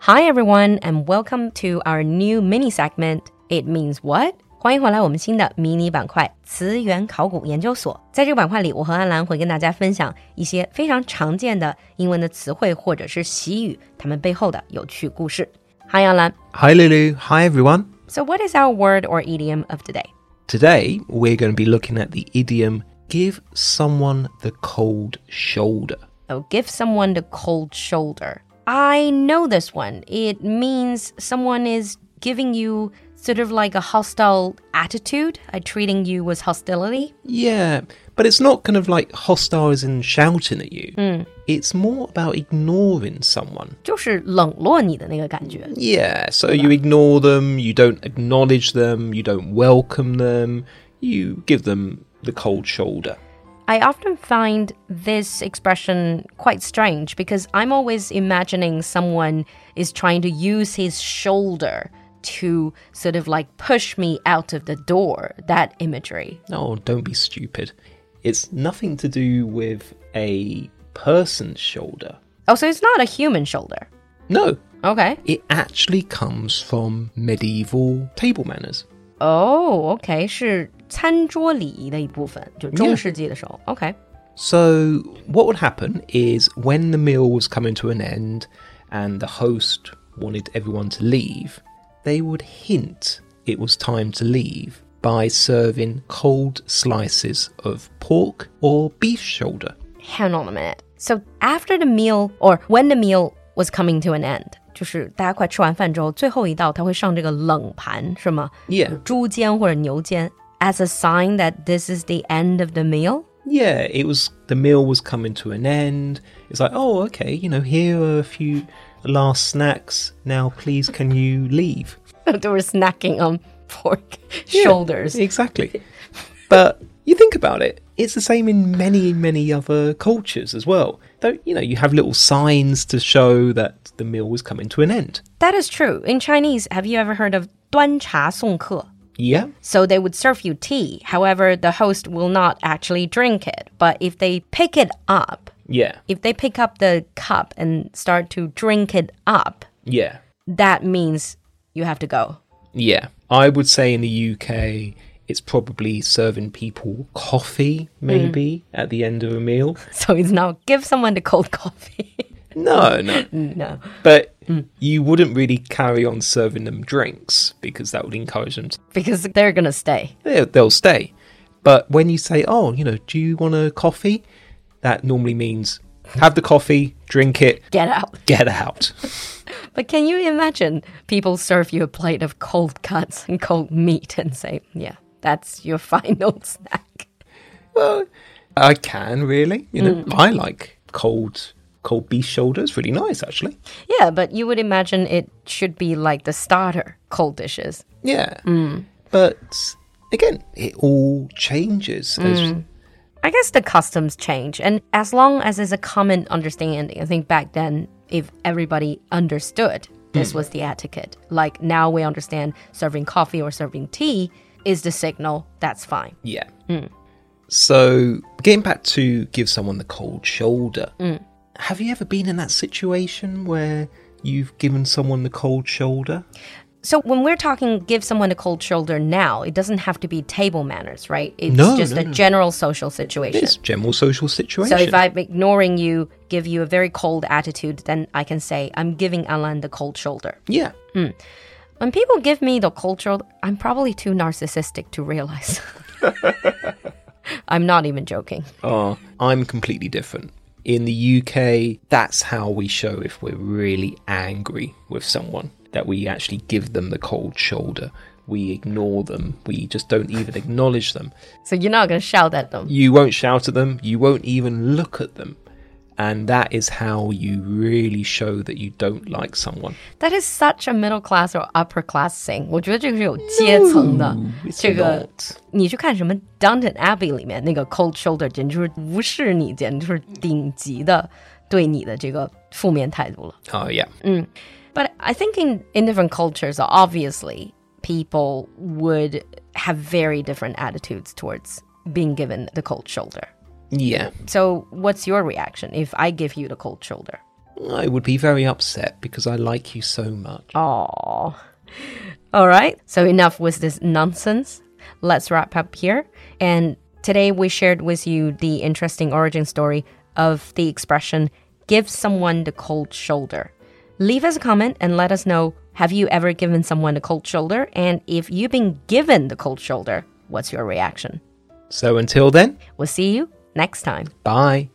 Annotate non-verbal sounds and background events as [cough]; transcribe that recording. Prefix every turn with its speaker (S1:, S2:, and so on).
S1: Hi everyone and welcome to our new mini segment. It means what? 欢迎回来我们新的迷你板块“词源考古研究所”。在这个板块里，我和安澜会跟大家分享一些非常常见的英文的词汇或者是习语，它们背后的有趣故事。Hi 安澜
S2: Hi Lulu, hi everyone.
S1: So what is our word or idiom of today?
S2: Today we're going to be looking at the idiom give someone the cold shoulder.
S1: Oh, give someone the cold shoulder. I know this one. It means someone is giving you sort of like a hostile attitude, uh, treating you with hostility.
S2: Yeah, but it's not kind of like hostile as in shouting at you. It's more about ignoring someone.
S1: 就是冷落你的那个感觉。
S2: Yeah, so you ignore them, you don't acknowledge them, you don't welcome them, you give them the cold shoulder.
S1: I often find this expression quite strange because I'm always imagining someone is trying to use his shoulder to sort of like push me out of the door, that imagery.
S2: Oh, don't be stupid. It's nothing to do with a person's shoulder.
S1: Oh, so it's not a human shoulder.
S2: No,
S1: Okay.
S2: It actually comes from medieval table manners.
S1: Oh, okay. 是餐桌礼仪的一部分，就中世纪的时候。Okay.
S2: So, what would happen is when the meal was coming to an end and the host wanted everyone to leave, they would hint it was time to leave by serving cold slices of pork or beef shoulder.
S1: Hang on a minute. So after the meal, or when the meal was coming to an end. 就是大家快吃完饭之后，最后一道它会上这个冷盘，是吗
S2: Yeah.
S1: 猪肩或者牛肩，as a sign that this is the end of the meal. [laughs]
S2: Yeah, it was the meal was coming to an end. It's like, oh, okay, you know, here are a few last snacks. Now, please, can you leave?
S1: they were snacking on pork
S2: [laughs] Yeah,
S1: shoulders.
S2: Exactly. But you think about it, it's the same in many, many other cultures as well. Don't you know, you have little signs to show that the meal was coming to an end.
S1: That is true. In Chinese, have you ever heard of 端茶送客?
S2: Yeah.
S1: So they would serve you tea. However, the host will not actually drink it. But if they pick it up,
S2: Yeah.
S1: if they pick up the cup and start to drink it up,
S2: Yeah.
S1: that means you have to go. [laughs]
S2: Yeah. I would say in the UK it's probably serving people coffee, maybe, at the end of a [laughs] meal.
S1: So it's now give someone the cold [laughs] coffee.
S2: No, no.
S1: no.
S2: But you wouldn't really carry on serving them drinks because that would encourage them to
S1: Because they're going to stay.
S2: they, they'll stay. But when you say, oh, you know, do you want a coffee? That normally means have the coffee, drink it,
S1: Get out. [laughs]
S2: get out. [laughs]
S1: But can you imagine people serve you a plate of cold cuts and cold meat and say, yeah, that's your [laughs] final snack?
S2: well, I can really. You know, I like cold, cold beef shoulders. Really nice, actually.
S1: Yeah, but you would imagine it should be like the starter cold dishes.
S2: Yeah. But again, it all changes. as-
S1: I guess the customs change, and as long as there's a common understanding, I think back then, if everybody understood this
S2: Hmm.
S1: was the etiquette, like now we understand serving coffee or serving tea is the signal, that's fine.
S2: Yeah. So getting back to give someone the cold shoulder. Have you ever been in that situation where you've given someone the cold shoulder?
S1: So when we're talking give someone a cold shoulder now, it doesn't have to be table manners, right? It's
S2: No,
S1: just
S2: no,
S1: a general social situation.
S2: It's general social situation.
S1: So if I'm ignoring you, give you a very cold attitude, then I can say I'm giving Alan the cold shoulder.
S2: yeah.
S1: When people give me the cold shoulder, I'm probably too narcissistic to realize. I'm not even joking.
S2: Oh, I'm completely different. In the UK, that's how we show if we're really angry with someone, that we actually give them the cold shoulder. We ignore them. We just don't even acknowledge them.
S1: So you're not gonna shout at them.
S2: You won't shout at them. You won't even look at them. And that is how you really show that you don't like someone.
S1: That is such a middle class or upper class thing. 我觉得这个是有阶层的。
S2: it's
S1: 这个
S2: not.
S1: 你去看什么《Downton Abbey》里面那个 cold shoulder，简直就是无视你，简直就是顶级的对你的这个负面态度了。
S2: Oh, yeah.
S1: Mm. But I think in, in different cultures, obviously, people would have very different attitudes towards being given the cold shoulder.
S2: Yeah.
S1: So, what's your reaction if I give you the cold shoulder?
S2: I would be very upset because I like you so much.
S1: Oh. All right. So, enough with this nonsense. Let's wrap up here. And today we shared with you the interesting origin story of the expression give someone the cold shoulder. Leave us a comment and let us know have you ever given someone the cold shoulder? And if you've been given the cold shoulder, what's your reaction?
S2: So until then,
S1: We'll see you next time.
S2: bye.